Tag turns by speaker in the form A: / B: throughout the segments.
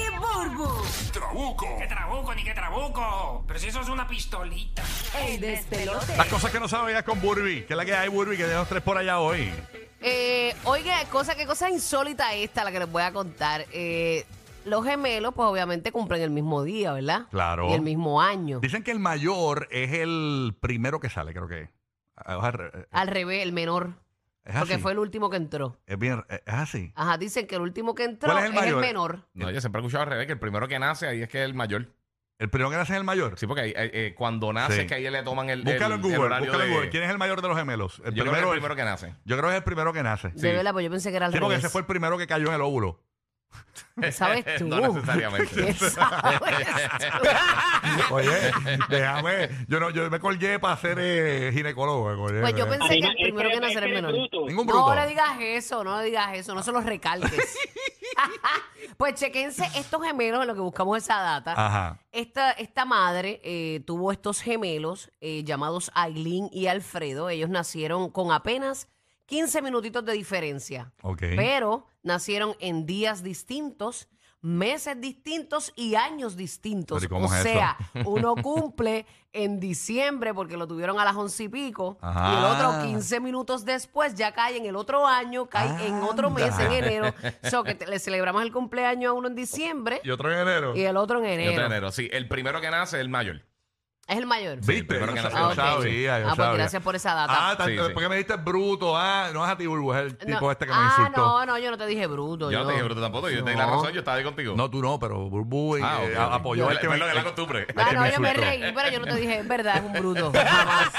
A: Trabuco.
B: ¡Trabuco!
C: ¡Qué trabuco, ni qué trabuco! Pero si eso es una pistolita.
A: El despelote.
B: Las cosas que no sabías con Burby. que es la que hay, Burby? Que de los tres por allá hoy.
D: Eh, oiga, cosa, qué cosa insólita esta la que les voy a contar. Eh, los gemelos, pues obviamente cumplen el mismo día, ¿verdad?
B: Claro.
D: Y el mismo año.
B: Dicen que el mayor es el primero que sale, creo que. Ah, Es al re-
D: Al revés, el menor.
B: es así.
D: Porque fue el último que entró.
B: Es bien, eh, es así.
D: Ajá, dicen que el último que entró
B: ¿Cuál es el mayor?
D: menor.
B: Eh,
E: No, yo siempre he escuchado al revés, que el primero que nace ahí es que es el mayor.
B: El primero que nace es el mayor.
E: Sí, porque ahí, eh, eh, cuando nace
B: Sí.
E: es que ahí le toman el, el-
B: Búscalo en
E: el
B: Google.
E: horario
B: búscalo en
E: de-
B: Google. ¿Quién es el mayor de los gemelos? El
E: Yo creo que
B: primero
E: el primero que nace.
B: Yo creo que es el primero que nace.
D: De verdad, pues yo pensé que era al
B: Sí, porque
D: revés.
B: ese fue el primero que cayó en el óvulo.
D: ¿Sabes tú?
E: no necesariamente.
D: ¿Qué sabes tú?
B: Oye, déjame. Yo no, yo me colgué para ser eh, ginecólogo. me colgué.
D: Pues yo pensé que
F: Además,
D: el primero
F: es
D: que nacer es
F: es
D: menor.
F: bruto.
B: Ningún bruto.
D: No le digas eso, no le digas eso, no se los recalques. pues chequense estos gemelos en lo que buscamos esa data.
B: Ajá.
D: Esta, esta madre eh, tuvo estos gemelos eh, llamados Aileen y Alfredo. Ellos nacieron con apenas 15 minutitos de diferencia,
B: Ok.
D: pero nacieron en días distintos, meses distintos y años distintos.
B: Pero, ¿y cómo
D: o
B: es eso?
D: sea, uno cumple en diciembre porque lo tuvieron a las once y pico y el
B: Ajá.
D: otro 15 minutos después ya cae en el otro año, cae en
B: Ah,
D: otro mes, en
B: Anda.
D: enero. So que te- le celebramos el cumpleaños a uno en diciembre
B: Y otro en enero.
D: y el otro en
E: Yo te
D: enero.
E: enero. Sí, el primero que nace es el mayor.
D: Es el mayor.
E: Sí,
B: ¿Viste?
E: primero que
B: Yo
E: nace.
B: yo
D: Ah, ok.
B: sabía, yo
D: Ah, pues
B: sabía.
D: gracias por esa data.
B: Ah, tanto,
E: Sí, sí.
B: ¿por qué me diste bruto? Ah, no es a ti, Burbu, es el
D: No.
B: tipo este que me
D: Ah,
B: insultó.
D: no, no, yo no te dije bruto.
E: Yo no te dije bruto tampoco. Yo te di la
D: Oh, No.
E: razón, yo estaba ahí contigo.
B: No, tú no, pero Burbu eh,
E: Ah, ok,
B: a-
E: ok.
B: apoyó
E: Fue
B: el
E: la-
B: que
E: fue
B: me-
E: lo de la costumbre.
D: Ah,
B: que
D: no,
B: me
D: yo me
B: insultó.
D: reí, pero yo no te dije, es verdad, es un bruto. Jamás,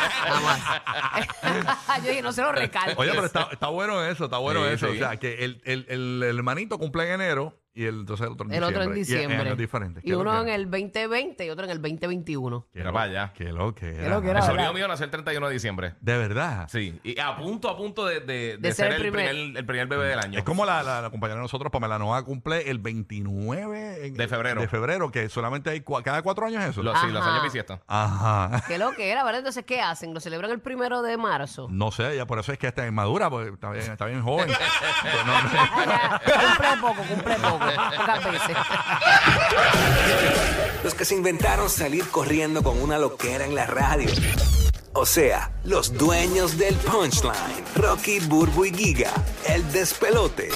D: jamás. yo dije, no se lo recalques.
B: Oye, pero está, está bueno eso, está bueno
E: Sí,
B: eso.
E: sí.
B: O sea, que el, el, el, el hermanito cumple en enero y el, entonces el otro en
D: El
B: diciembre.
D: otro en
B: Y,
D: diciembre.
B: es diferente.
D: Y uno en el 2020 y otro en el 2021.
E: Mira para allá.
B: Qué lo que era.
D: lo que era,
E: El
D: Ah,
E: sobrino
D: ¿verdad?
E: mío nació el 31 de diciembre.
B: De verdad.
E: Sí, y a punto, a punto de, de- de
D: De ser
E: ser,
D: el
E: el,
D: primer-
E: primer, el primer bebé del año.
B: Es como la, la, la compañera de nosotros, Pamela Noa, cumple el 29 en-
E: De febrero.
B: De febrero, que solamente hay cua- cada cuatro años eso.
E: Los- sí, los
D: Ajá.
E: años bisiestos.
B: Ajá.
D: ¿Qué lo que era, verdad? Entonces, ¿qué hacen? ¿Lo celebran el primero de marzo?
B: No sé, ya por eso es que está inmadura, porque está bien, está bien joven. Pero no, no.
D: Ah, ya. cumple poco, cumple poco. Pocas veces.
G: Los que se inventaron salir corriendo con una loquera en la radio. O sea, los dueños del punchline. Rocky, Burbu y Giga. El despelote.